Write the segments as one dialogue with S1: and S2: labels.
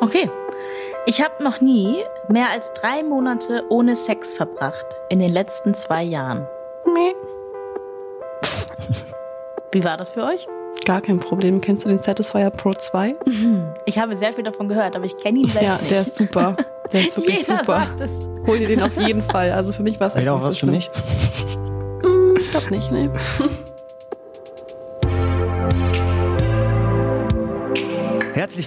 S1: Okay. Ich habe noch nie mehr als drei Monate ohne Sex verbracht in den letzten zwei Jahren. Wie war das für euch?
S2: Gar kein Problem. Kennst du den Satisfyer Pro 2?
S1: Ich habe sehr viel davon gehört, aber ich kenne ihn selbst
S2: Ja,
S1: nicht.
S2: der ist super. Der ist wirklich
S1: Jeder
S2: super.
S1: sagt es.
S2: Hol dir den auf jeden Fall. Also für mich war es echt
S3: Jeder auch
S2: nicht so
S3: was für
S2: schlimm.
S3: mich?
S2: Ich glaube nicht, ne?
S3: Herzlich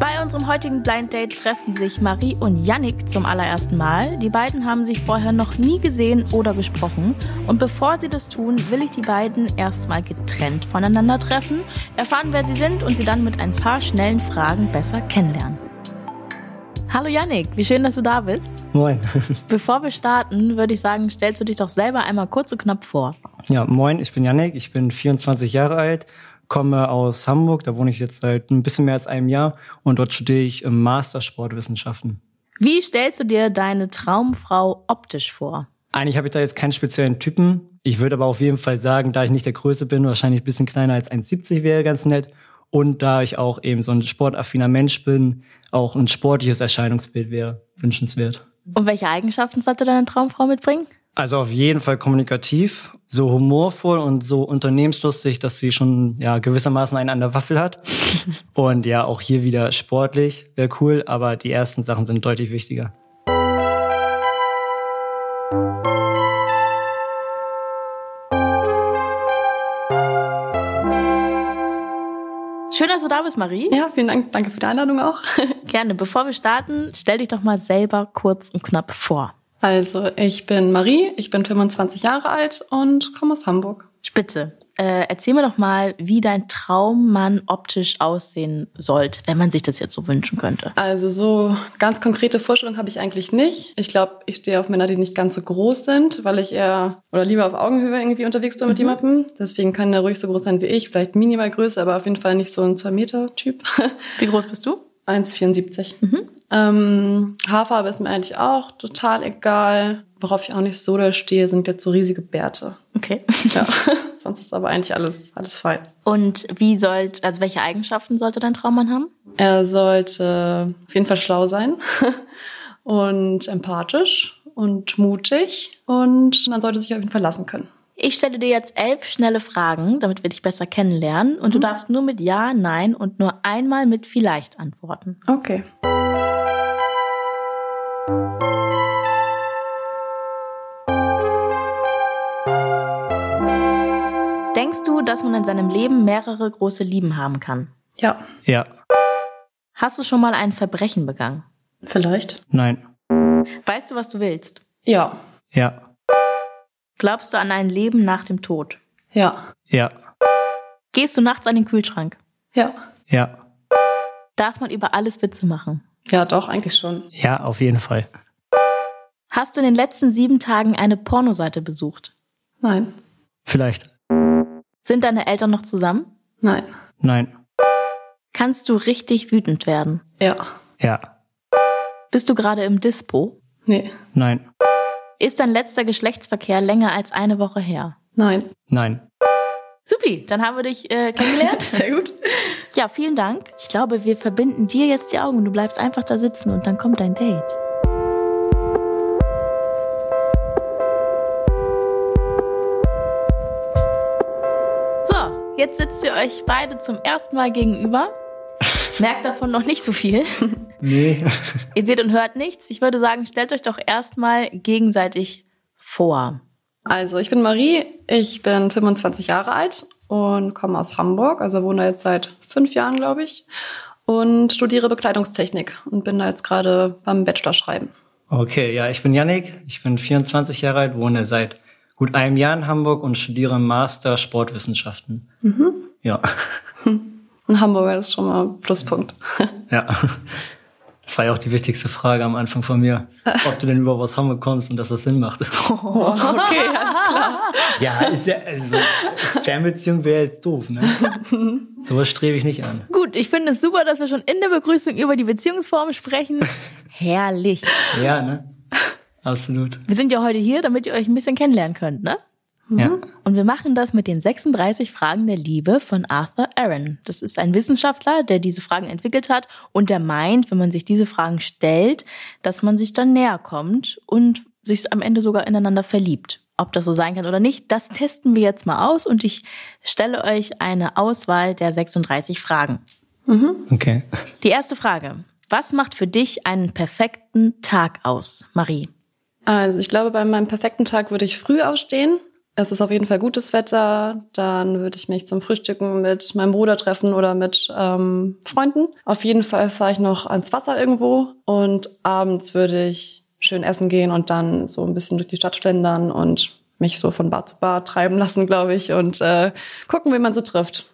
S1: Bei unserem heutigen Blind Date treffen sich Marie und Yannick zum allerersten Mal. Die beiden haben sich vorher noch nie gesehen oder gesprochen. Und bevor sie das tun, will ich die beiden erstmal getrennt voneinander treffen, erfahren, wer sie sind und sie dann mit ein paar schnellen Fragen besser kennenlernen. Hallo Yannick, wie schön, dass du da bist.
S4: Moin.
S1: Bevor wir starten, würde ich sagen, stellst du dich doch selber einmal kurz und knapp vor.
S4: Ja, moin, ich bin Yannick, ich bin 24 Jahre alt, komme aus Hamburg, da wohne ich jetzt seit ein bisschen mehr als einem Jahr und dort studiere ich ähm, im Master Sportwissenschaften.
S1: Wie stellst du dir deine Traumfrau optisch vor?
S4: Eigentlich habe ich da jetzt keinen speziellen Typen. Ich würde aber auf jeden Fall sagen, da ich nicht der Größe bin, wahrscheinlich ein bisschen kleiner als 1,70 wäre ganz nett. Und da ich auch eben so ein sportaffiner Mensch bin, auch ein sportliches Erscheinungsbild wäre wünschenswert.
S1: Und welche Eigenschaften sollte deine Traumfrau mitbringen?
S4: Also auf jeden Fall kommunikativ, so humorvoll und so unternehmenslustig, dass sie schon ja gewissermaßen einen an der Waffel hat. und ja, auch hier wieder sportlich, wäre cool, aber die ersten Sachen sind deutlich wichtiger.
S1: Schön, dass du da bist, Marie.
S2: Ja, vielen Dank. Danke für die Einladung auch.
S1: Gerne. Bevor wir starten, stell dich doch mal selber kurz und knapp vor.
S2: Also, ich bin Marie, ich bin 25 Jahre alt und komme aus Hamburg.
S1: Spitze. Äh, erzähl mir doch mal, wie dein Traummann optisch aussehen sollte, wenn man sich das jetzt so wünschen könnte.
S2: Also so ganz konkrete Vorstellungen habe ich eigentlich nicht. Ich glaube, ich stehe auf Männer, die nicht ganz so groß sind, weil ich eher oder lieber auf Augenhöhe irgendwie unterwegs
S1: Mhm.
S2: bin mit jemandem. Deswegen kann der ruhig so groß sein wie ich, vielleicht minimal größer, aber auf jeden Fall nicht so ein 2-Meter-Typ.
S1: Wie groß bist du?
S2: 1,74.
S1: Mhm.
S2: Ähm, Haarfarbe ist mir eigentlich auch total egal. Worauf ich auch nicht so da stehe, sind jetzt so riesige Bärte.
S1: Okay.
S2: Ja. Sonst ist aber eigentlich alles, alles fein.
S1: Und wie soll, also welche Eigenschaften sollte dein Traummann haben?
S2: Er sollte auf jeden Fall schlau sein und empathisch und mutig und man sollte sich auf ihn verlassen können.
S1: Ich stelle dir jetzt elf schnelle Fragen, damit wir dich besser kennenlernen. Und du darfst nur mit Ja, Nein und nur einmal mit Vielleicht antworten.
S2: Okay.
S1: Denkst du, dass man in seinem Leben mehrere große Lieben haben kann?
S2: Ja,
S4: Ja,
S1: Hast du schon mal ein Verbrechen begangen?
S2: vielleicht.
S4: nein,
S1: Weißt du, was du willst?
S2: Ja,
S4: ja,
S1: Glaubst du an ein Leben nach dem Tod?
S2: ja,
S4: ja,
S1: Gehst du nachts an den Kühlschrank?
S2: ja.
S4: ja,
S1: Darf man über alles Witze machen?
S2: Ja, doch, eigentlich schon.
S4: ja, auf jeden Fall.
S1: Hast du in den letzten sieben Tagen eine Pornoseite besucht?
S2: Nein,
S4: Vielleicht,
S1: Sind deine Eltern noch zusammen?
S2: nein,
S4: nein,
S1: Kannst du richtig wütend werden?
S2: ja,
S4: ja,
S1: Bist du gerade im Dispo?
S2: nee,
S4: nein,
S1: Ist dein letzter Geschlechtsverkehr länger als eine Woche her?
S2: nein.
S4: nein.
S1: Supi, dann haben wir dich äh, kennengelernt.
S2: Sehr gut.
S1: ja, vielen Dank. Ich glaube, wir verbinden dir jetzt die Augen und du bleibst einfach da sitzen und dann kommt dein Date. So, jetzt sitzt ihr euch beide zum ersten Mal gegenüber. Merkt davon noch nicht so viel.
S4: Nee.
S1: Ihr seht und hört nichts. Ich würde sagen, stellt euch doch erstmal gegenseitig vor.
S2: Also, ich bin Marie, ich bin 25 Jahre alt und komme aus Hamburg, also wohne da jetzt seit fünf Jahren, glaube ich, und studiere Bekleidungstechnik und bin da jetzt gerade beim Bachelor schreiben.
S4: Okay, ja, ich bin Yannick, ich bin 24 Jahre alt, wohne seit gut einem Jahr in Hamburg und studiere Master Sportwissenschaften. Ja,
S2: Ein Hamburger ist schon mal ein Pluspunkt.
S4: ja. Das war ja auch die wichtigste Frage am Anfang von mir. Ob du denn überhaupt aus Hamburg kommst und dass das Sinn macht.
S2: Oh, okay, alles klar.
S4: ja, ist ja, also, Fernbeziehung wäre jetzt doof, ne? Sowas strebe ich nicht an.
S1: Gut, ich finde es super, dass wir schon in der Begrüßung über die Beziehungsform sprechen. Herrlich.
S4: Ja, ne? Absolut.
S1: Wir sind ja heute hier, damit ihr euch ein bisschen kennenlernen könnt, ne?
S4: Ja.
S1: Und wir machen das mit den 36 Fragen der Liebe von Arthur Aaron. Das ist ein Wissenschaftler, der diese Fragen entwickelt hat und der meint, wenn man sich diese Fragen stellt, dass man sich dann näher kommt und sich am Ende sogar ineinander verliebt. Ob das so sein kann oder nicht, das testen wir jetzt mal aus und ich stelle euch eine Auswahl der 36 Fragen.
S4: Okay.
S1: Die erste Frage. Was macht für dich einen perfekten Tag aus, Marie?
S2: Also ich glaube, bei meinem perfekten Tag würde ich früh aufstehen. Es ist auf jeden Fall gutes Wetter. Dann würde ich mich zum Frühstücken mit meinem Bruder treffen oder mit ähm, Freunden. Auf jeden Fall fahre ich noch ans Wasser irgendwo. Und abends würde ich schön essen gehen und dann so ein bisschen durch die Stadt schlendern und mich so von Bar zu Bar treiben lassen, glaube ich. Und äh, gucken, wen man so trifft.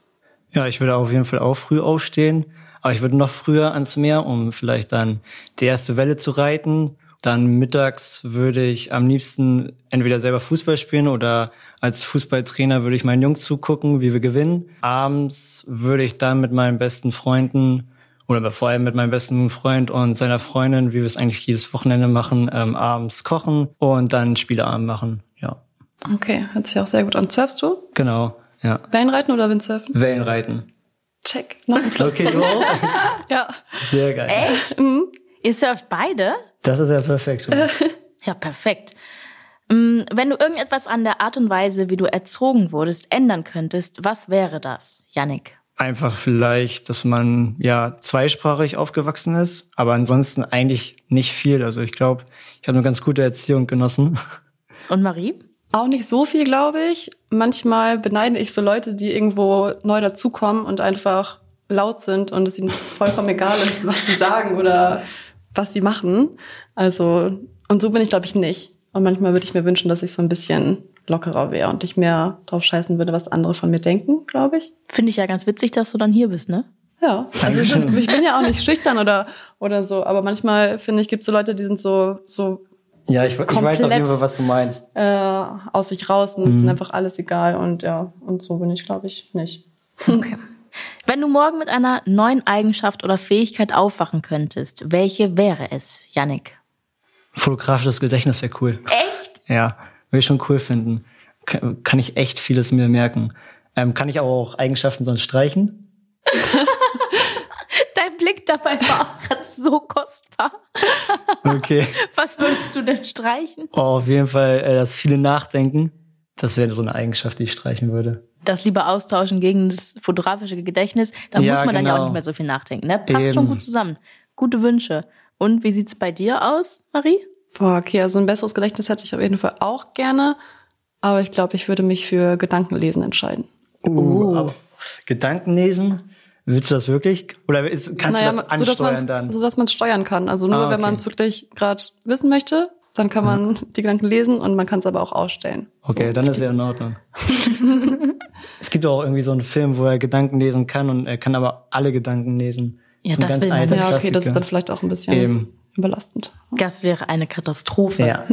S4: Ja, ich würde auf jeden Fall auch früh aufstehen, aber ich würde noch früher ans Meer, um vielleicht dann die erste Welle zu reiten. Dann mittags würde ich am liebsten entweder selber Fußball spielen oder als Fußballtrainer würde ich meinen Jungs zugucken, wie wir gewinnen. Abends würde ich dann mit meinen besten Freunden oder vor allem mit meinem besten Freund und seiner Freundin, wie wir es eigentlich jedes Wochenende machen, ähm, abends kochen und dann Spieleabend machen. Ja,
S2: Okay, hört sich auch sehr gut an. Surfst du?
S4: genau. Ja.
S2: Wellenreiten oder Windsurfen?
S4: Wellenreiten.
S2: Check. Noch ein Plus.
S4: Okay, du auch?
S2: Ja.
S4: Sehr geil.
S2: Mhm.
S1: Ihr surft beide?
S4: Das ist ja perfekt. schon mal.
S1: Ja, perfekt. Mm, Wenn du irgendetwas an der Art und Weise, wie du erzogen wurdest, ändern könntest, was wäre das, Yannick?
S4: Einfach vielleicht, dass man ja zweisprachig aufgewachsen ist, aber ansonsten eigentlich nicht viel. Also ich glaube, ich habe eine ganz gute Erziehung genossen.
S1: Und Marie?
S2: Auch nicht so viel, glaube ich. Manchmal beneide ich so Leute, die irgendwo neu dazukommen und einfach laut sind und es ihnen vollkommen egal ist, was sie sagen oder was sie machen. Also, und so bin ich, glaube ich, nicht. Und manchmal würde ich mir wünschen, dass ich so ein bisschen lockerer wäre und nicht mehr drauf scheißen würde, was andere von mir denken, glaube ich.
S1: Finde ich ja ganz witzig, dass du dann hier bist, ne?
S2: Ja, also ich bin, ich bin ja auch nicht schüchtern oder, oder so, aber manchmal finde ich, gibt es so Leute, die sind so, so
S4: Ja, ich, ich
S2: Komplett.
S4: weiß auf jeden Fall, was du meinst.
S2: äh, aus sich raus und es ist
S4: Mhm.
S2: einfach alles egal und ja, und so bin ich, glaube ich, nicht.
S1: Wenn du morgen mit einer neuen Eigenschaft oder Fähigkeit aufwachen könntest, welche wäre es, Yannick?
S4: Fotografisches Gedächtnis wäre cool.
S1: Echt?
S4: Ja, würde ich schon cool finden. Kann, kann ich echt vieles mir merken. Ähm, kann ich aber auch Eigenschaften sonst streichen?
S1: Dein Blick dabei war auch gerade so kostbar.
S4: Okay.
S1: Was würdest du denn streichen?
S4: oh, auf jeden Fall äh, das viele Nachdenken. Das wäre so eine Eigenschaft, die ich streichen würde.
S1: Das lieber austauschen gegen das fotografische Gedächtnis. Da
S4: Ja,
S1: muss man dann ja auch
S4: genau.
S1: nicht mehr so viel nachdenken. Ne? Passt schon
S4: Eben.
S1: gut zusammen. Gute Wünsche. Und wie sieht's bei dir aus, Marie?
S2: Boah, okay, also ein besseres Gedächtnis hätte ich auf jeden Fall auch gerne. Aber ich glaube, ich würde mich für Gedankenlesen entscheiden.
S1: Oh.
S4: aber Gedanken lesen? Willst du das wirklich? Oder ist, kannst du das
S2: so dass
S4: ansteuern
S2: man's-
S4: dann?
S2: So dass man es steuern kann. Also nur
S4: Ah,
S2: wenn
S4: okay.
S2: man es wirklich gerade wissen möchte, dann kann man die Gedanken lesen und man kann es aber auch ausstellen.
S4: okay, dann ist ja in Ordnung. es gibt auch irgendwie so einen Film, wo er Gedanken lesen kann und er kann aber alle Gedanken lesen.
S1: Ja,
S4: ein
S1: das
S4: ganz
S1: will man
S4: alter
S1: Der
S2: ja, okay, das ist dann
S4: Klassiker.
S2: vielleicht auch ein bisschen
S4: Eben.
S2: überlastend.
S1: Das wäre eine Katastrophe.
S4: Ja.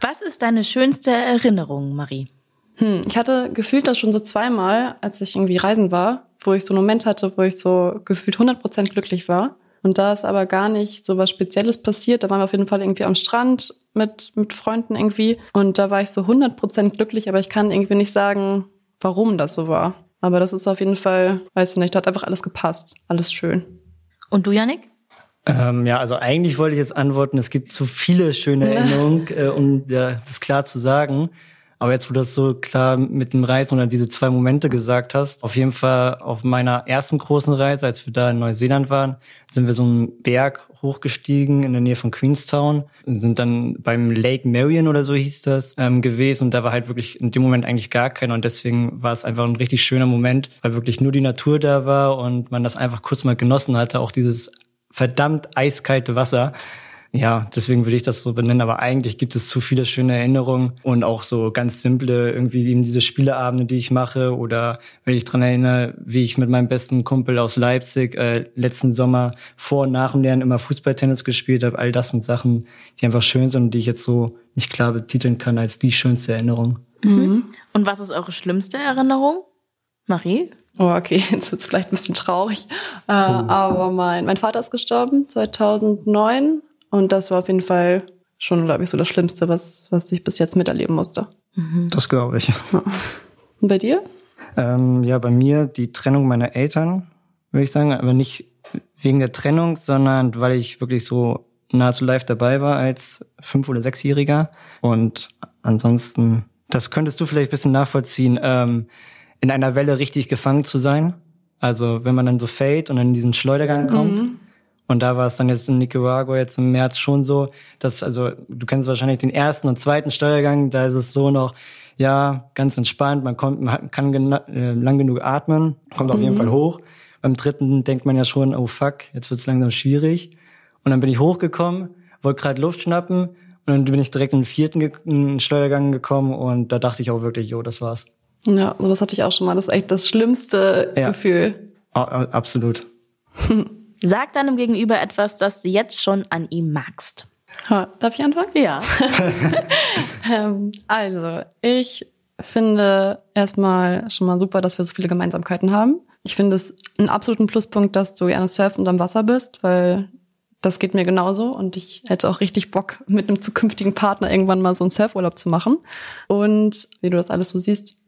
S1: Was ist deine schönste Erinnerung, Marie?
S2: Hm, ich hatte gefühlt das schon so zweimal, als ich irgendwie reisen war, wo ich so einen Moment hatte, wo ich so gefühlt 100% glücklich war. Und da ist aber gar nicht so was Spezielles passiert. Da waren wir auf jeden Fall irgendwie am Strand mit, mit Freunden irgendwie. Und da war ich so 100% glücklich, aber ich kann irgendwie nicht sagen, warum das so war. Aber das ist auf jeden Fall, weißt du nicht, da hat einfach alles gepasst. Alles schön.
S1: Und du, Yannick?
S4: Ähm, ja, also eigentlich wollte ich jetzt antworten, es gibt zu viele schöne Erinnerungen, äh, um ja, das klar zu sagen. Aber jetzt, wo du das so klar mit dem Reisen oder diese zwei Momente gesagt hast, auf jeden Fall auf meiner ersten großen Reise, als wir da in Neuseeland waren, sind wir so einen Berg hochgestiegen in der Nähe von Queenstown und sind dann beim Lake Marion oder so hieß das ähm, gewesen und da war halt wirklich in dem Moment eigentlich gar keiner und deswegen war es einfach ein richtig schöner Moment, weil wirklich nur die Natur da war und man das einfach kurz mal genossen hatte, auch dieses verdammt eiskalte Wasser. Ja, deswegen würde ich das so benennen, aber eigentlich gibt es zu viele schöne Erinnerungen und auch so ganz simple, irgendwie eben diese Spieleabende, die ich mache oder wenn ich dran erinnere, wie ich mit meinem besten Kumpel aus Leipzig äh, letzten Sommer vor und nach dem Lernen immer Fußballtennis gespielt habe, all das sind Sachen, die einfach schön sind und die ich jetzt so nicht klar betiteln kann als die schönste Erinnerung.
S1: Mhm. Und was ist eure schlimmste Erinnerung? Marie?
S2: Oh, okay, jetzt wird's vielleicht ein bisschen traurig. Äh, Aber mein, mein Vater ist gestorben 2009 und das war auf jeden Fall schon, glaube ich, so das Schlimmste, was, was ich bis jetzt miterleben musste.
S1: Mhm.
S4: Das glaube ich.
S2: Und bei dir?
S4: Ähm, ja, bei mir die Trennung meiner Eltern, würde ich sagen, aber nicht wegen der Trennung, sondern weil ich wirklich so nahezu live dabei war als fünf- oder sechsjähriger. Und ansonsten, das könntest du vielleicht ein bisschen nachvollziehen, ähm, in einer Welle richtig gefangen zu sein. Also wenn man dann so fällt und dann in diesen Schleudergang kommt. Und da war es dann jetzt in Nicaragua jetzt im März schon so, dass, also du kennst wahrscheinlich den ersten und zweiten Steuergang, da ist es so noch, ja, ganz entspannt, man kommt, man hat- kann gena- äh, lang genug atmen, kommt auf jeden Fall hoch. Beim dritten denkt man ja schon, oh fuck, jetzt wird's langsam schwierig. Und dann bin ich hochgekommen, wollte gerade Luft schnappen und dann bin ich direkt in den vierten Ge in den Steuergang gekommen und da dachte ich auch wirklich, jo, das war's.
S2: Ja, sowas hatte ich auch schon mal. Das ist eigentlich das schlimmste
S4: Ja.
S2: Gefühl.
S4: A a- absolut.
S1: Sag deinem Gegenüber etwas, das du jetzt schon an ihm magst.
S2: Ha, darf ich anfangen?
S1: Ja.
S2: Ähm, also, ich finde erstmal schon mal super, dass wir so viele Gemeinsamkeiten haben. Ich finde es einen absoluten Pluspunkt, dass du gerne surfst und am Wasser bist, weil das geht mir genauso und ich hätte auch richtig Bock, mit einem zukünftigen Partner irgendwann mal so einen Surfurlaub zu machen. Und wie du das alles so siehst,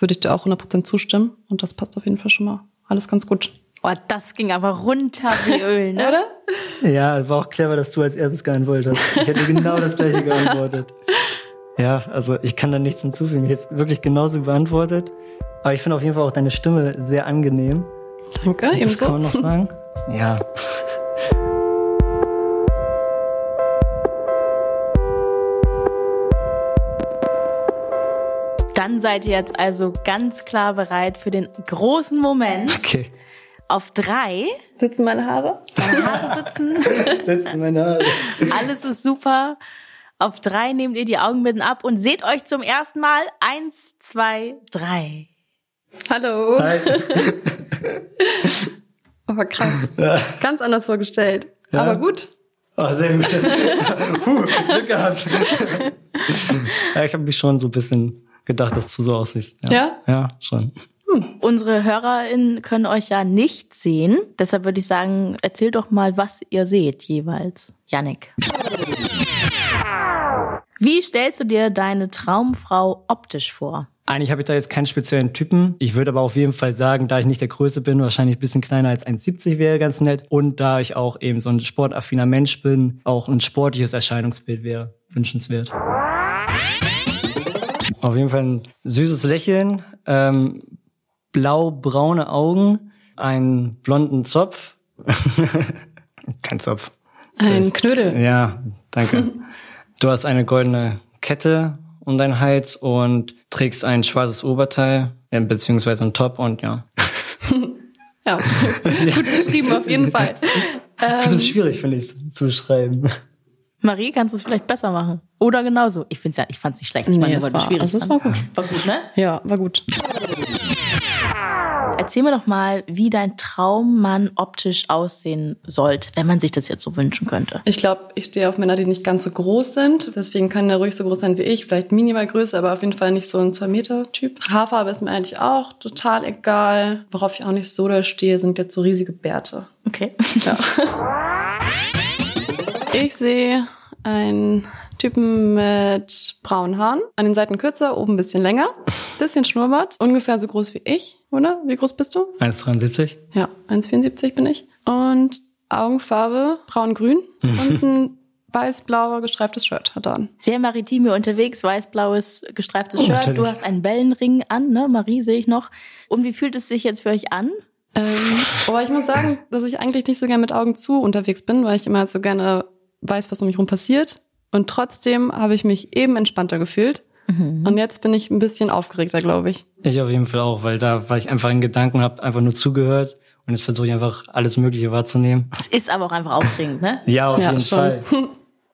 S2: würde ich dir auch 100% zustimmen und das passt auf jeden Fall schon mal alles ganz gut.
S1: Oh, das ging aber runter wie Öl, ne?
S2: Oder?
S4: Ja, war auch clever, dass du als erstes geantwortet hast. Ich hätte genau das gleiche geantwortet. Ja, also ich kann da nichts hinzufügen. Ich hätte es wirklich genauso beantwortet. Aber ich finde auf jeden Fall auch deine Stimme sehr angenehm.
S2: Danke,
S4: Das kann man
S2: ebenso.
S4: noch sagen. Ja.
S1: Dann seid ihr jetzt also ganz klar bereit für den großen Moment.
S4: Okay.
S1: Auf drei
S2: Sitzen meine Haare?
S1: Haare sitzen.
S4: Setzen meine Haare.
S1: Alles ist super. Auf drei nehmt ihr die Augenbinden ab und seht euch zum ersten Mal. Eins, zwei, drei.
S2: Hallo.
S4: Hi.
S2: Aber krass. Ganz anders vorgestellt.
S4: Ja.
S2: Aber gut.
S4: Oh, sehr gut. Puh, Glück gehabt. ja, ich habe mich schon so ein bisschen gedacht, dass du so aussiehst.
S2: Ja?
S4: Ja, schon.
S1: Unsere HörerInnen können euch ja nicht sehen. Deshalb würde ich sagen, erzählt doch mal, was ihr seht jeweils. Yannick. Wie stellst du dir deine Traumfrau optisch vor?
S4: Eigentlich habe ich da jetzt keinen speziellen Typen. Ich würde aber auf jeden Fall sagen, da ich nicht der Größe bin, wahrscheinlich ein bisschen kleiner als 1,70 wäre ganz nett. Und da ich auch eben so ein sportaffiner Mensch bin, auch ein sportliches Erscheinungsbild wäre wünschenswert. Auf jeden Fall ein süßes Lächeln, ähm, blau-braune Augen, einen blonden Zopf. Kein Zopf.
S2: Ein Knödel.
S4: Ja, danke. Du hast eine goldene Kette um deinen Hals und trägst ein schwarzes Oberteil, äh, beziehungsweise ein Top und ja.
S2: Ja. gut beschrieben auf jeden Fall.
S4: Bisschen schwierig, finde ich, zu beschreiben.
S1: Marie, kannst du es vielleicht besser machen? Oder genauso? Ich find's ja, ich fand's nicht schlecht. Ich
S2: Nee,
S1: meine,
S2: es
S1: wir wollten
S2: war-
S1: schwierig
S2: also es war
S1: machen. War gut, ne?
S2: Ja, war gut.
S1: Erzähl mir doch mal, wie dein Traummann optisch aussehen sollte, wenn man sich das jetzt so wünschen könnte.
S2: Ich glaube, ich stehe auf Männer, die nicht ganz so groß sind. Deswegen kann der ruhig so groß sein wie ich. Vielleicht minimal größer, aber auf jeden Fall nicht so ein 2-Meter-Typ. Haarfarbe ist mir eigentlich auch total egal. Worauf ich auch nicht so da stehe, sind jetzt so riesige Bärte.
S1: Okay.
S2: Ich sehe einen Typen mit braunen Haaren. An den Seiten kürzer, oben ein bisschen länger. Bisschen Schnurrbart. Ungefähr so groß wie ich, oder? Wie groß bist du?
S4: 1,73?
S2: Ja, 1,74 bin ich. Und Augenfarbe braun-grün und ein weiß-blauer gestreiftes Shirt hat er an.
S1: Sehr maritim hier unterwegs, weiß-blaues gestreiftes Shirt. Du
S4: natürlich.
S1: hast einen Wellenring an, ne? Marie sehe ich noch. Und wie fühlt es sich jetzt für euch an?
S2: Ähm, aber ich muss sagen, dass ich eigentlich nicht so gerne mit Augen zu unterwegs bin, weil ich immer so gerne weiß, was um mich rum passiert. Und trotzdem habe ich mich eben entspannter gefühlt. Und jetzt bin ich ein bisschen aufgeregter, glaube ich.
S4: Ich auf jeden Fall auch, weil da war ich einfach in Gedanken, habe einfach nur zugehört und jetzt versuche ich einfach alles Mögliche wahrzunehmen.
S1: Es ist aber auch einfach aufregend, ne?
S4: Ja, auf
S2: Ja,
S4: jeden
S2: schon.
S4: Fall.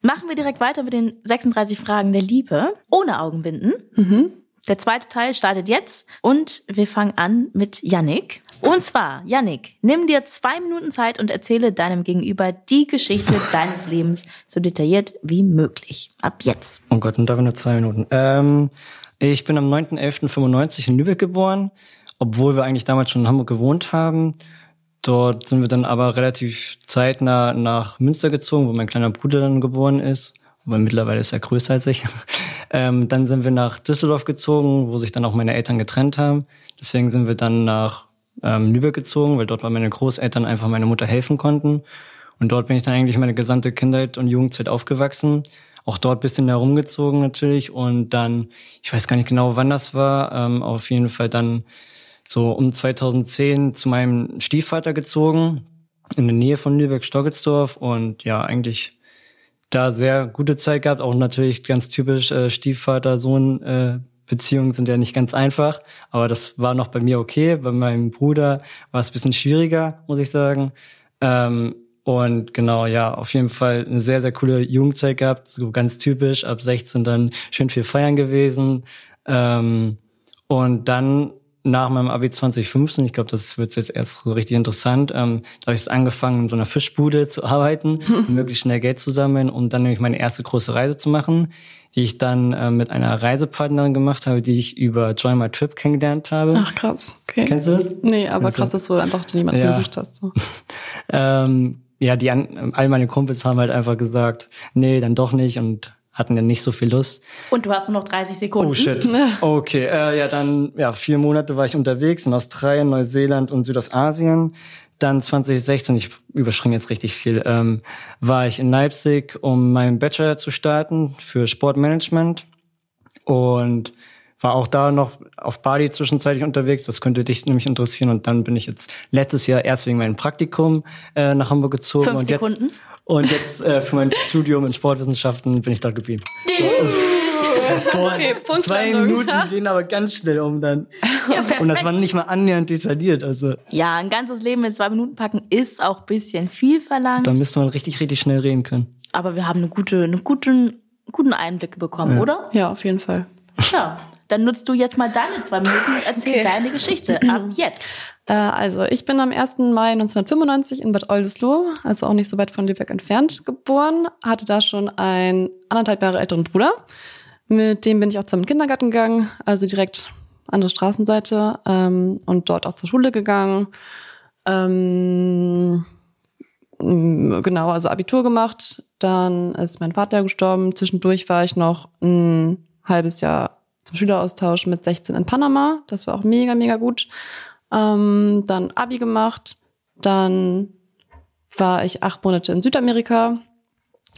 S1: Machen wir direkt weiter mit den 36 Fragen der Liebe ohne Augenbinden.
S2: Mhm.
S1: Der zweite Teil startet jetzt und wir fangen an mit Yannick. Und zwar, Yannick, nimm dir zwei Minuten Zeit und erzähle deinem Gegenüber die Geschichte deines Lebens so detailliert wie möglich. Ab jetzt.
S4: Oh Gott, und da waren nur zwei Minuten. Ähm, ich bin am 9.11.95 in Lübeck geboren, obwohl wir eigentlich damals schon in Hamburg gewohnt haben. Dort sind wir dann aber relativ zeitnah nach Münster gezogen, wo mein kleiner Bruder dann geboren ist. Weil mittlerweile ist er größer als ich. Ähm, dann sind wir nach Düsseldorf gezogen, wo sich dann auch meine Eltern getrennt haben. Deswegen sind wir dann nach ähm, Lübeck gezogen, weil dort bei meinen Großeltern einfach meine Mutter helfen konnten. Und dort bin ich dann eigentlich meine gesamte Kindheit und Jugendzeit aufgewachsen. Auch dort bisschen herumgezogen natürlich. Und dann, ich weiß gar nicht genau, wann das war, ähm, auf jeden Fall dann so um 2010 zu meinem Stiefvater gezogen, in der Nähe von Lübeck-Stockelsdorf. Und ja, eigentlich da sehr gute Zeit gehabt. Auch natürlich ganz typisch äh, Stiefvater-Sohn-Beziehungen sind ja nicht ganz einfach. Aber das war noch bei mir okay. Bei meinem Bruder war es ein bisschen schwieriger, muss ich sagen. Ähm, und genau, ja, auf jeden Fall eine sehr, sehr coole Jugendzeit gehabt. So ganz typisch. Ab 16 dann schön viel feiern gewesen. Ähm, und dann nach meinem Abi 2015, ich glaube, das wird jetzt erst so richtig interessant, ähm, da habe ich angefangen, in so einer Fischbude zu arbeiten, um möglichst schnell Geld zu sammeln und um dann nämlich meine erste große Reise zu machen, die ich dann äh, mit einer Reisepartnerin gemacht habe, die ich über Join My Trip kennengelernt habe.
S2: Ach krass. Okay.
S4: Kennst du das?
S2: Nee, aber
S4: Kennst du?
S2: krass, dass du einfach jemanden
S4: Ja.
S2: besucht hast. So.
S4: Ähm, ja, die an, all meine Kumpels haben halt einfach gesagt, nee, dann doch nicht und hatten dann nicht so viel Lust.
S1: Und du hast nur noch 30 Sekunden.
S4: Oh shit. Okay, äh, ja, dann ja, vier Monate war ich unterwegs in Australien, Neuseeland und Südostasien. Dann 2016, ich überspringe jetzt richtig viel, ähm, war ich in Leipzig, um meinen Bachelor zu starten für Sportmanagement und war auch da noch auf Bali zwischenzeitlich unterwegs. Das könnte dich nämlich interessieren. Und dann bin ich jetzt letztes Jahr erst wegen meinem Praktikum äh, nach Hamburg gezogen.
S1: Fünf
S4: und jetzt,
S1: Sekunden.
S4: Und jetzt äh, für mein Studium in Sportwissenschaften bin ich dort geblieben. Boah,
S2: Okay,
S4: zwei
S2: Punktlandung.
S4: Minuten gehen aber ganz schnell um dann.
S1: Ja, perfekt.
S4: Und das war nicht mal annähernd detailliert. Also
S1: ja, ein ganzes Leben in zwei Minuten packen ist auch ein bisschen viel verlangt.
S4: da müsste man richtig, richtig schnell reden können.
S1: Aber wir haben eine gute, einen guten, guten Einblick bekommen, oder?
S2: Ja, auf jeden Fall.
S1: Ja. Dann nutzt du jetzt mal deine zwei Minuten und erzähl
S2: Okay.
S1: deine Geschichte. Ab jetzt.
S2: Äh, also, ich bin am 1. Mai 1995 in Bad Oldesloe, also auch nicht so weit von Lübeck entfernt, geboren. Hatte da schon einen anderthalb Jahre älteren Bruder. Mit dem bin ich auch zusammen in den Kindergarten gegangen, also direkt andere Straßenseite ähm, und dort auch zur Schule gegangen. Ähm, m, genau, also Abitur gemacht. Dann ist mein Vater gestorben. Zwischendurch war ich noch ein halbes Jahr zum Schüleraustausch mit 16 in Panama. Das war auch mega, mega gut. Ähm, dann Abi gemacht. Dann war ich acht Monate in Südamerika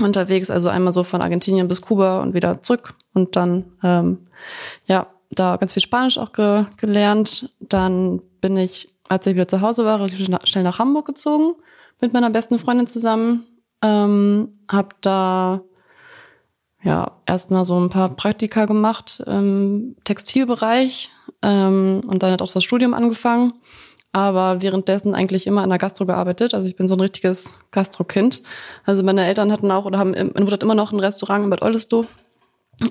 S2: unterwegs, also einmal so von Argentinien bis Kuba und wieder zurück. Und dann, ähm, ja, da ganz viel Spanisch auch ge gelernt. Dann bin ich, als ich wieder zu Hause war, relativ schna- schnell nach Hamburg gezogen mit meiner besten Freundin zusammen. Ähm, hab da ja erstmal so ein paar Praktika gemacht im Textilbereich ähm, und dann hat auch das Studium angefangen. Aber währenddessen eigentlich immer an der Gastro gearbeitet. Also ich bin so ein richtiges Gastrokind. Also meine Eltern hatten auch oder haben im- meine Mutter hat immer noch ein Restaurant in Bad Oldesloe.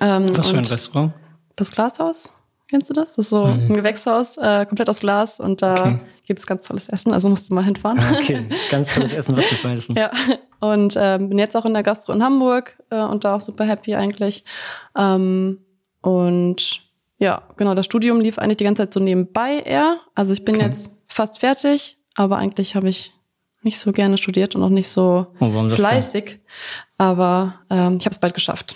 S2: Ähm,
S4: Was für ein
S2: und-
S4: Restaurant?
S2: das Glashaus. Kennst du das? Das ist so
S4: Nee.
S2: ein Gewächshaus, äh, komplett aus Glas und da
S4: Okay.
S2: gibt es ganz tolles Essen, also musst du mal hinfahren.
S4: Ah, Okay, ganz tolles Essen, was zu verheißen.
S2: Ja, und ähm, bin jetzt auch in der Gastro in Hamburg äh, und da auch super happy eigentlich. Ähm, und ja, genau, das Studium lief eigentlich die ganze Zeit so nebenbei eher. Also ich bin
S4: Okay.
S2: jetzt fast fertig, aber eigentlich habe ich nicht so gerne studiert und auch nicht so
S4: Und warum das denn?
S2: fleißig. Aber ähm, ich habe es bald geschafft.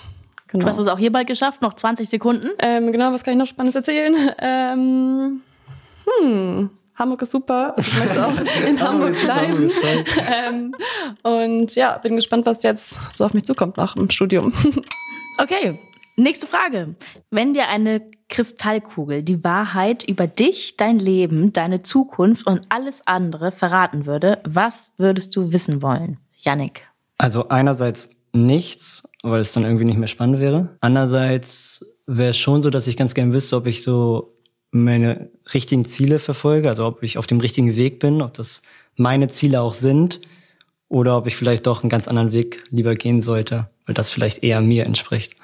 S2: Genau.
S1: Du hast es auch hierbei geschafft, noch 20 Sekunden.
S2: Ähm, genau, was kann ich noch Spannendes erzählen? Ähm, hm, Hamburg ist super. Ich möchte auch in Hamburg
S4: ist super, Hamburg
S2: bleiben.
S4: ist toll.
S2: Ähm, und ja, bin gespannt, was jetzt so auf mich zukommt nach dem Studium.
S1: Okay, nächste Frage. Wenn dir eine Kristallkugel die Wahrheit über dich, dein Leben, deine Zukunft und alles andere verraten würde, was würdest du wissen wollen? Yannick.
S4: Also einerseits nichts, weil es dann irgendwie nicht mehr spannend wäre. Andererseits wäre es schon so, dass ich ganz gern wüsste, ob ich so meine richtigen Ziele verfolge, also ob ich auf dem richtigen Weg bin, ob das meine Ziele auch sind oder ob ich vielleicht doch einen ganz anderen Weg lieber gehen sollte. Weil weil das vielleicht eher mir entspricht.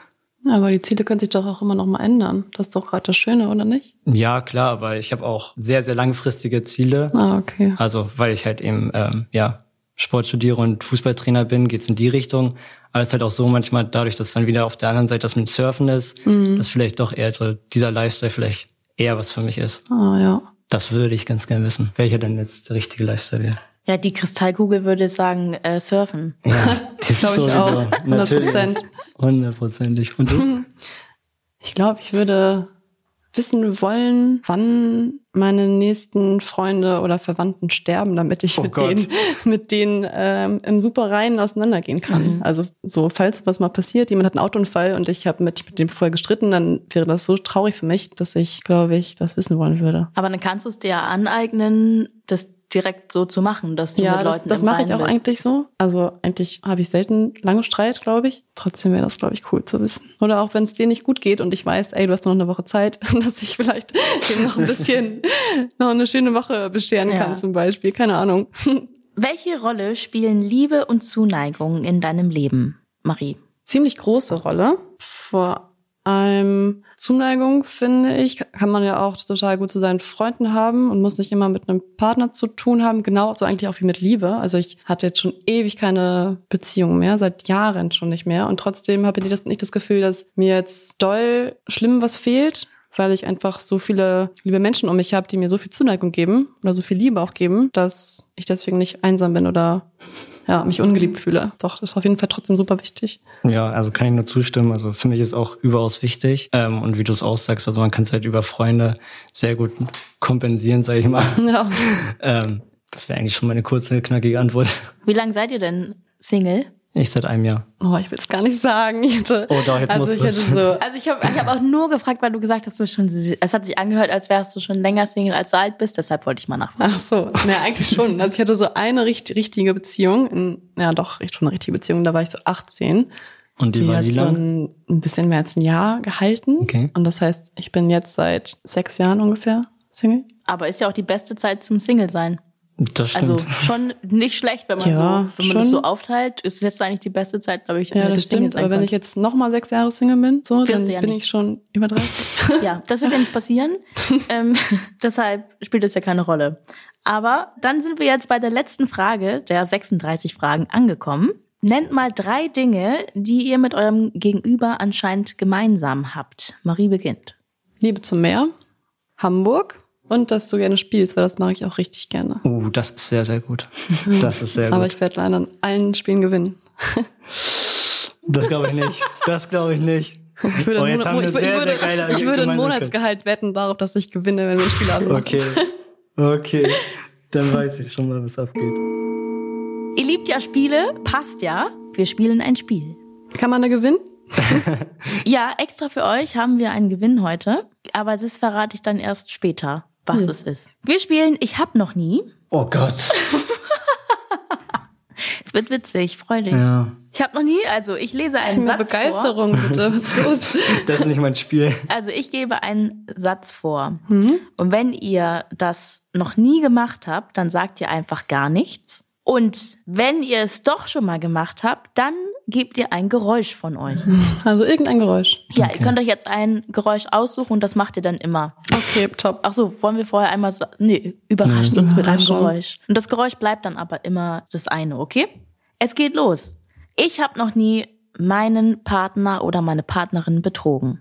S2: Ja, aber die Ziele können sich doch auch immer noch mal ändern. Das ist doch gerade das Schöne, oder nicht?
S4: Ja, klar, aber ich habe auch sehr, sehr langfristige Ziele.
S2: Ah, okay.
S4: Also, weil ich halt eben, ähm, ja, Sport studiere und Fußballtrainer bin, geht's in die Richtung. Aber es ist halt auch so manchmal dadurch, dass dann wieder auf der anderen Seite das mit dem Surfen ist,
S2: Mhm.
S4: dass vielleicht doch eher so dieser Lifestyle vielleicht eher was für mich ist.
S2: Ah, ja.
S4: Das würde ich ganz gerne wissen, welcher denn jetzt der richtige Lifestyle wäre.
S1: Ja, die Kristallkugel würde sagen, äh, surfen.
S4: Ja, das
S2: Glaub ich auch. 100%.
S4: Natürlich. Hundertprozentig. Und du?
S2: Ich glaube, ich würde wissen wollen, wann meine nächsten Freunde oder Verwandten sterben, damit ich
S4: Oh
S2: mit,
S4: Gott.
S2: denen, mit denen ähm, im superreinen auseinandergehen kann.
S1: Mhm.
S2: Also so, falls was mal passiert, jemand hat einen Autounfall und ich habe mit, mit dem vorher gestritten, dann wäre das so traurig für mich, dass ich, glaube ich, das wissen wollen würde.
S1: Aber dann kannst du es dir ja aneignen, das direkt so zu machen, dass du
S2: ja,
S1: mit
S2: das,
S1: Leuten
S2: das
S1: im
S2: mache ich auch
S1: Reinen bist.
S2: eigentlich so. Also eigentlich habe ich selten lange Streit, glaube ich. Trotzdem wäre das, glaube ich, cool zu wissen. Oder auch wenn es dir nicht gut geht und ich weiß, ey, du hast nur noch eine Woche Zeit, dass ich vielleicht dem noch ein bisschen noch eine schöne Woche bescheren
S1: Ja.
S2: kann zum Beispiel. Keine Ahnung.
S1: Welche Rolle spielen Liebe und Zuneigung in deinem Leben, Marie?
S2: ziemlich große Rolle. Vor allem Zuneigung, finde ich, kann man ja auch total gut zu seinen Freunden haben und muss nicht immer mit einem Partner zu tun haben. Genauso eigentlich auch wie mit Liebe. Also ich hatte jetzt schon ewig keine Beziehung mehr, seit Jahren schon nicht mehr. Und trotzdem habe ich das, nicht das Gefühl, dass mir jetzt doll schlimm was fehlt weil ich einfach so viele liebe Menschen um mich habe, die mir so viel Zuneigung geben oder so viel Liebe auch geben, dass ich deswegen nicht einsam bin oder ja, mich ungeliebt fühle. Doch, das ist auf jeden Fall trotzdem super wichtig.
S4: Ja, also kann ich nur zustimmen. Also für mich ist auch überaus wichtig. Ähm, und wie du es auch sagst, also man kann es halt über Freunde sehr gut kompensieren, sage ich mal.
S2: Ja.
S4: Ähm, das wäre eigentlich schon meine kurze, knackige Antwort.
S1: Wie lange seid ihr denn Single?
S4: Ich seit einem Jahr.
S2: Oh, ich will es gar nicht sagen. Ich hätte,
S4: Oh doch, jetzt
S2: also
S4: musst
S2: ich
S4: du
S2: hätte
S4: es.
S2: so.
S1: Also ich habe ich hab auch nur gefragt, weil du gesagt hast, du bist schon, es hat sich angehört, als wärst du schon länger Single, als du alt bist. Deshalb wollte ich mal nachfragen.
S2: Ach so, naja, eigentlich schon. Also ich hatte so eine richtig, richtige Beziehung. In, ja, doch, echt schon eine richtige Beziehung. Da war ich so 18.
S4: Und die,
S2: Die
S4: war
S2: hat
S4: wie
S2: so
S4: lang?
S2: ein, ein bisschen mehr als ein Jahr gehalten.
S4: Okay.
S2: Und das heißt, ich bin jetzt seit sechs Jahren ungefähr Single.
S1: Aber ist ja auch die beste Zeit zum Single sein.
S4: das stimmt.
S1: Also schon nicht schlecht, wenn man
S2: Ja,
S1: so, wenn man das
S2: schon.
S1: so aufteilt, ist jetzt eigentlich die beste Zeit, glaube ich, in
S2: Ja,
S1: der du
S2: das
S1: Single
S2: stimmt.
S1: sein
S2: Aber wenn ich
S1: kannst.
S2: jetzt nochmal sechs Jahre Single bin, so,
S1: Wirst
S2: dann
S1: du ja
S2: bin
S1: nicht.
S2: ich schon über 30.
S1: Ja, das wird ja nicht passieren. ähm, deshalb spielt es ja keine Rolle. Aber dann sind wir jetzt bei der letzten Frage der 36 Fragen angekommen. Nennt mal drei Dinge, die ihr mit eurem Gegenüber anscheinend gemeinsam habt. Marie beginnt.
S2: Liebe zum Meer, Hamburg und dass du gerne spielst, weil das mache ich auch richtig gerne.
S4: Uh, das ist sehr, sehr gut. Das ist sehr
S2: Aber
S4: gut.
S2: ich werde leider an allen Spielen gewinnen.
S4: Das glaube ich nicht. Das glaube ich nicht.
S2: Ich würde,
S4: Oh,
S2: einen
S4: jetzt
S2: Monat-
S4: haben
S2: oh,
S4: wir
S2: ich, wür- ich
S4: sehr, sehr
S2: würde, ich
S4: geile
S2: würde ein
S4: Gemeinsamkeit.
S2: Monatsgehalt wetten darauf, dass ich gewinne, wenn wir ein Spiel anmachen.
S4: Okay. Okay. Dann weiß ich schon mal, was abgeht.
S1: Ihr liebt ja Spiele, passt ja. Wir spielen ein Spiel.
S2: Kann man da gewinnen?
S1: Ja, extra für euch haben wir einen Gewinn heute, aber das verrate ich dann erst später, was
S2: Hm.
S1: es ist. Wir spielen Ich hab noch nie.
S4: Oh Gott.
S1: Es wird witzig, freu dich.
S4: Ja.
S1: Ich hab noch nie, also ich lese
S2: Das ist
S1: einen
S2: mir
S1: Satz vor.
S2: Begeisterung, bitte. Was ist los?
S4: Das ist nicht mein Spiel.
S1: Also ich gebe einen Satz vor.
S2: Hm?
S1: Und wenn ihr das noch nie gemacht habt, dann sagt ihr einfach gar nichts. Und wenn ihr es doch schon mal gemacht habt, dann gebt ihr ein Geräusch von euch.
S2: Also irgendein Geräusch.
S1: Ja, ihr könnt euch jetzt ein Geräusch aussuchen und das macht ihr dann immer.
S2: Okay, top.
S1: Ach so, wollen wir vorher einmal sa- Nee, überrascht
S2: Nein.
S1: uns mit einem
S2: Überraschung.
S1: Geräusch. Und das Geräusch bleibt dann aber immer das eine, okay? Es geht los. Ich habe noch nie meinen Partner oder meine Partnerin betrogen.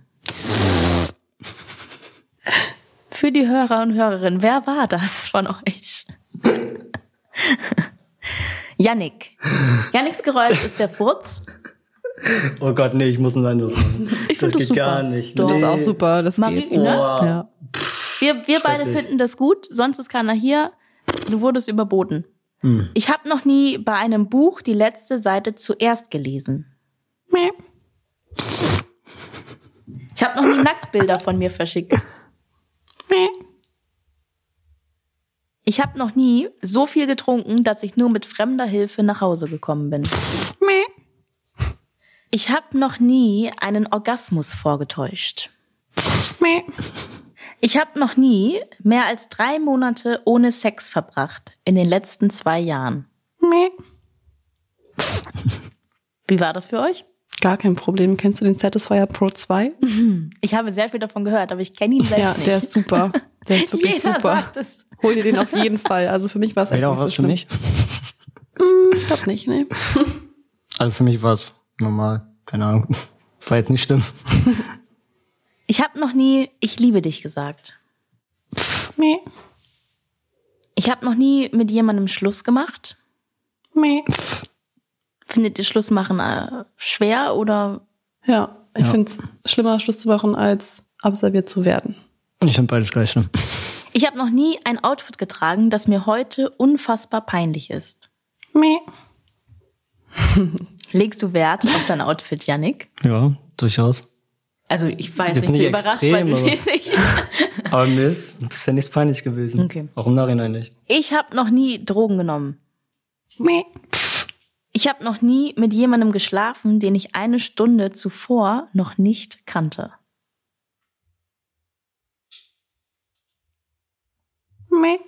S1: Für die Hörer und Hörerinnen, wer war das von euch? Yannick. Yannicks Geräusch ist der Furz.
S4: Oh Gott, nee, ich muss ein anderes machen.
S1: Ich find das
S4: geht
S1: super.
S4: gar nicht.
S1: Doch.
S2: Das ist
S4: Nee.
S2: auch super, das
S1: Marie,
S2: geht.
S1: ne?
S4: Boah.
S2: Ja.
S1: Wir, wir beide
S4: Schrecklich.
S1: finden das gut, sonst ist keiner hier. Du wurdest überboten. Ich habe noch nie bei einem Buch die letzte Seite zuerst gelesen.
S2: Mäh.
S1: Ich habe noch nie Nacktbilder von mir verschickt.
S2: Mäh.
S1: Ich habe noch nie so viel getrunken, dass ich nur mit fremder Hilfe nach Hause gekommen bin.
S2: Mäh.
S1: Ich habe noch nie einen Orgasmus vorgetäuscht.
S2: Mäh.
S1: Ich habe noch nie mehr als drei Monate ohne Sex verbracht in den letzten zwei Jahren.
S2: Mäh.
S1: Wie war das für euch?
S2: Gar kein Problem. Kennst du den Satisfyer Pro 2?
S1: Ich habe sehr viel davon gehört, aber ich kenne ihn selbst
S2: ja,
S1: nicht.
S2: der ist super. Der ist wirklich
S1: Jeder
S2: super.
S1: sagt es.
S2: Hol dir den auf jeden Fall. Also für mich war es
S4: Wäre
S2: eigentlich
S4: auch
S2: nicht so
S4: was für
S2: schlimm. Hm,
S4: mich?
S2: Ich glaube nicht, nee.
S4: Also für mich war es normal. Keine Ahnung. War jetzt nicht schlimm.
S1: Ich habe noch nie ich liebe dich gesagt.
S2: Nee,
S1: Ich habe noch nie mit jemandem Schluss gemacht.
S2: nee.
S1: Findet ihr Schluss machen äh, schwer oder
S2: Ja, ich
S4: Ja.
S2: finde es schlimmer, Schluss zu machen, als absolviert zu werden.
S4: Ich finde beides gleich schlimm.
S1: ich habe noch nie ein Outfit getragen, das mir heute unfassbar peinlich ist.
S2: Nee.
S1: Legst du Wert auf dein Outfit, Yannick?
S4: Ja, durchaus.
S1: Also ich war jetzt
S4: Jetzt
S1: nicht so
S4: nicht
S1: überrascht,
S4: extrem,
S1: weil du
S4: aber-
S1: nicht.
S4: Aber mir ist bisher nichts peinlich gewesen.
S1: Okay.
S4: Auch im Nachhinein nicht.
S1: Ich habe noch nie Drogen genommen.
S2: Nee.
S1: Ich habe noch nie mit jemandem geschlafen, den ich eine Stunde zuvor noch nicht kannte.
S2: Nee.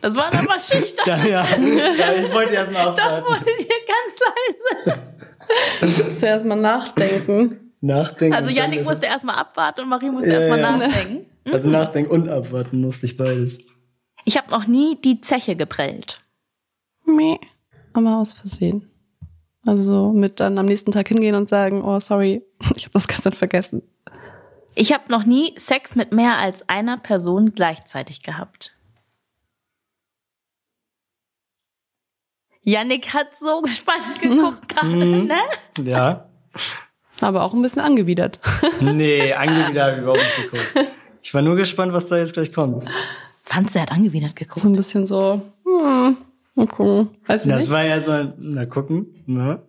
S1: Das waren aber schüchtern.
S4: Ja, ja. ich wollte erst mal
S1: Das
S4: abwarten.
S1: wurde hier ganz leise.
S2: Zuerst mal nachdenken.
S4: nachdenken.
S1: Also
S4: und dann
S1: Yannick
S4: erst-
S1: musste erstmal abwarten und Marie musste
S4: Ja,
S1: erstmal
S4: ja.
S1: nachdenken.
S4: Also nachdenken und abwarten musste ich beides.
S1: Ich habe noch nie die Zeche geprellt.
S2: Nee. Aber aus Versehen. Also mit dann am nächsten Tag hingehen und sagen, oh, sorry, ich habe das gestern vergessen.
S1: Ich habe noch nie Sex mit mehr als einer Person gleichzeitig gehabt. Yannick hat so gespannt geguckt gerade,
S4: Mhm.
S1: ne?
S4: Ja.
S2: Aber auch ein bisschen angewidert.
S4: Nee, angewidert habe ich überhaupt nicht geguckt. Ich war nur gespannt, was da jetzt gleich kommt.
S1: Franz, der hat angewidert geguckt.
S2: So ein bisschen so, hm, mal gucken. Weiß ich
S4: Das
S2: nicht.
S4: war ja so ein, na gucken. Ne?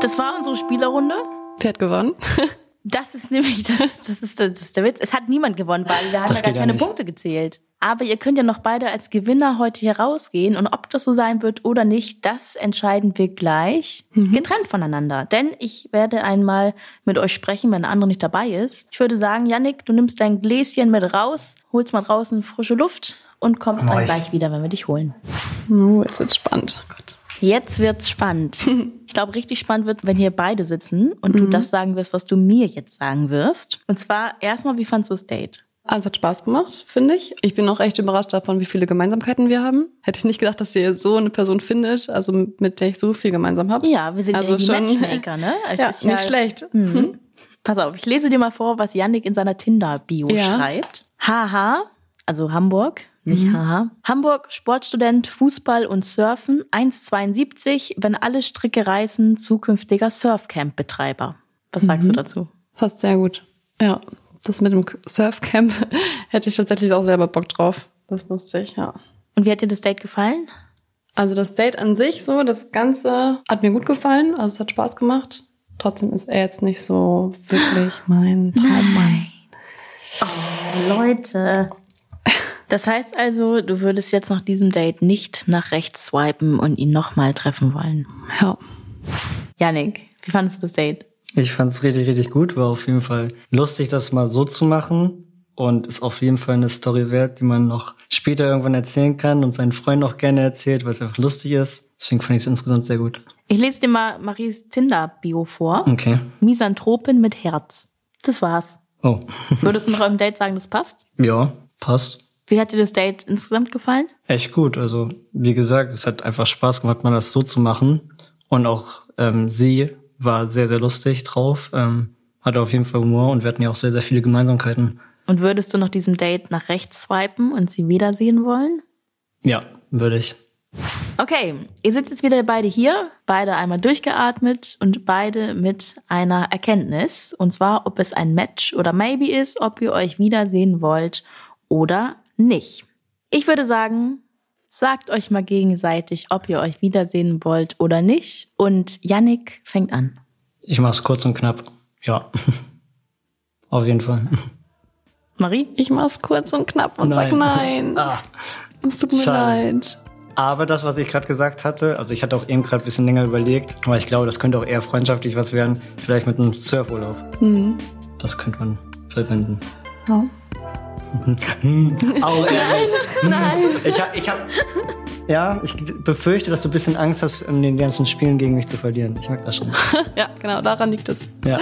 S1: Das war unsere Spielerrunde.
S2: Wer hat gewonnen?
S1: Das ist nämlich das, das, ist, das ist der Witz. Es hat niemand gewonnen, weil wir haben
S4: Das
S1: ja gar
S4: geht ja
S1: keine
S4: nicht.
S1: Punkte gezählt. Aber ihr könnt ja noch beide als Gewinner heute hier rausgehen. Und ob das so sein wird oder nicht, das entscheiden wir gleich getrennt voneinander. Denn ich werde einmal mit euch sprechen, wenn der andere nicht dabei ist. Ich würde sagen, Yannick, du nimmst dein Gläschen mit raus, holst mal draußen frische Luft und kommst dann
S4: Moin.
S1: gleich wieder, wenn wir dich holen.
S2: Oh, jetzt wird's spannend. Oh Gott.
S1: Jetzt wird's spannend. Ich glaube, richtig spannend wird's, wenn hier beide sitzen und du das sagen wirst, was du mir jetzt sagen wirst. Und zwar erstmal, wie fandst du das Date?
S2: Also hat Spaß gemacht, finde ich. Ich bin auch echt überrascht davon, wie viele Gemeinsamkeiten wir haben. Hätte ich nicht gedacht, dass ihr so eine Person findet, also mit der ich so viel gemeinsam habe.
S1: Ja, wir sind
S2: Also
S1: ja die
S2: schon-
S1: Matchmaker, ne? Es
S2: Ja,
S1: ist
S2: nicht schlecht.
S1: Mhm. Pass auf, ich lese dir mal vor, was Yannick in seiner Tinder-Bio
S2: Ja.
S1: schreibt. Haha, also Hamburg, nicht
S2: Mhm.
S1: haha. Hamburg, Sportstudent, Fußball und Surfen, 1,72, wenn alle Stricke reißen, zukünftiger Surfcamp-Betreiber. Was sagst
S2: Mhm.
S1: du dazu?
S2: Passt sehr gut. Ja, das mit dem Surfcamp hätte ich tatsächlich auch selber Bock drauf. Das ist lustig, ja.
S1: Und wie hat dir das Date gefallen?
S2: Also das Date an sich so, das Ganze hat mir gut gefallen, also es hat Spaß gemacht. Trotzdem ist er jetzt nicht so wirklich mein Traummann.
S1: Leute. Das heißt also, du würdest jetzt nach diesem Date nicht nach rechts swipen und ihn nochmal treffen wollen.
S2: Ja.
S1: Yannick, wie fandest du das Date?
S4: Ich fand es richtig, richtig gut. War auf jeden Fall lustig, das mal so zu machen. Und ist auf jeden Fall eine Story wert, die man noch später irgendwann erzählen kann und seinen Freunden auch gerne erzählt, weil es einfach lustig ist. Deswegen fand ich es insgesamt sehr gut.
S1: Ich lese dir mal Maries Tinder-Bio vor.
S4: Okay.
S1: Misanthropin mit Herz. Das war's.
S4: Oh.
S1: Würdest du nach eurem Date sagen, das passt?
S4: Ja, passt.
S1: Wie hat dir das Date insgesamt gefallen?
S4: Echt gut. Also, wie gesagt, es hat einfach Spaß gemacht, mal das so zu machen. Und auch ähm, sie war sehr, sehr lustig drauf. Ähm, hatte auf jeden Fall Humor und wir hatten ja auch sehr, sehr viele Gemeinsamkeiten.
S1: Und würdest du nach diesem Date nach rechts swipen und sie wiedersehen wollen?
S4: Ja, würde ich.
S1: Okay, ihr sitzt jetzt wieder beide hier, beide einmal durchgeatmet und beide mit einer Erkenntnis. Und zwar, ob es ein Match oder Maybe ist, ob ihr euch wiedersehen wollt oder nicht. Ich würde sagen, sagt euch mal gegenseitig, ob ihr euch wiedersehen wollt oder nicht. Und Yannick fängt an.
S4: Ich mach's kurz und knapp. Ja. Auf jeden Fall.
S1: Marie?
S2: Ich mach's kurz und knapp und sag
S4: Nein.
S2: nein.
S4: Ah.
S2: Es tut mir
S4: Schade.
S2: leid.
S4: Aber das, was ich gerade gesagt hatte, also ich hatte auch eben gerade ein bisschen länger überlegt, aber ich glaube, das könnte auch eher freundschaftlich was werden. Vielleicht mit einem Surfurlaub.
S2: Hm.
S4: Das könnte man verbinden.
S2: Ja.
S4: Auch ehrlich.
S1: Nein.
S4: Ich hab, ich hab, ja, ich befürchte, dass du ein bisschen Angst hast, in den ganzen Spielen gegen mich zu verlieren. Ich mag das schon.
S2: Ja, genau, daran liegt es.
S4: Ja.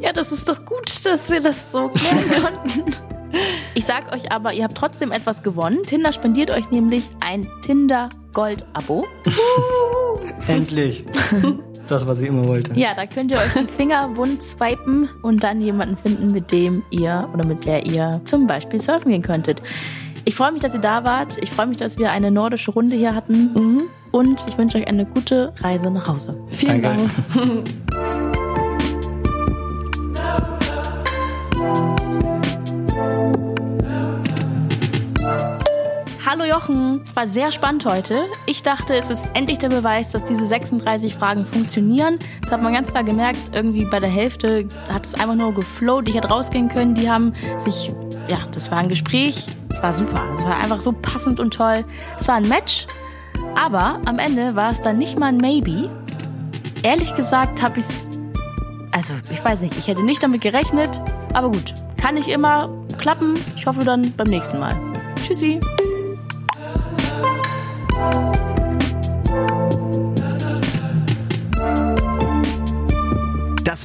S1: Ja, das ist doch gut, dass wir das so klären konnten. Ich sag euch aber, ihr habt trotzdem etwas gewonnen. Tinder spendiert euch nämlich ein Tinder Gold Abo.
S4: Endlich. Das, was ich immer wollte.
S1: Ja, da könnt ihr euch den Finger wund swipen und dann jemanden finden, mit dem ihr oder mit der ihr zum Beispiel surfen gehen könntet. Ich freue mich, dass ihr da wart. Ich freue mich, dass wir eine nordische Runde hier hatten.
S2: Mhm.
S1: Und ich wünsche euch eine gute Reise nach Hause.
S2: Vielen
S4: Danke.
S2: Dank.
S1: Hallo Jochen, es war sehr spannend heute. Ich dachte, es ist endlich der Beweis, dass diese 36 Fragen funktionieren. Das hat man ganz klar gemerkt, irgendwie bei der Hälfte hat es einfach nur geflowt. Ich hätte rausgehen können, die haben sich, ja, das war ein Gespräch, es war super, es war einfach so passend und toll. Es war ein Match, aber am Ende war es dann nicht mal ein Maybe. Ehrlich gesagt habe ich es, also ich weiß nicht, ich hätte nicht damit gerechnet, aber gut, kann nicht immer klappen. Ich hoffe dann beim nächsten Mal. Tschüssi.
S3: Das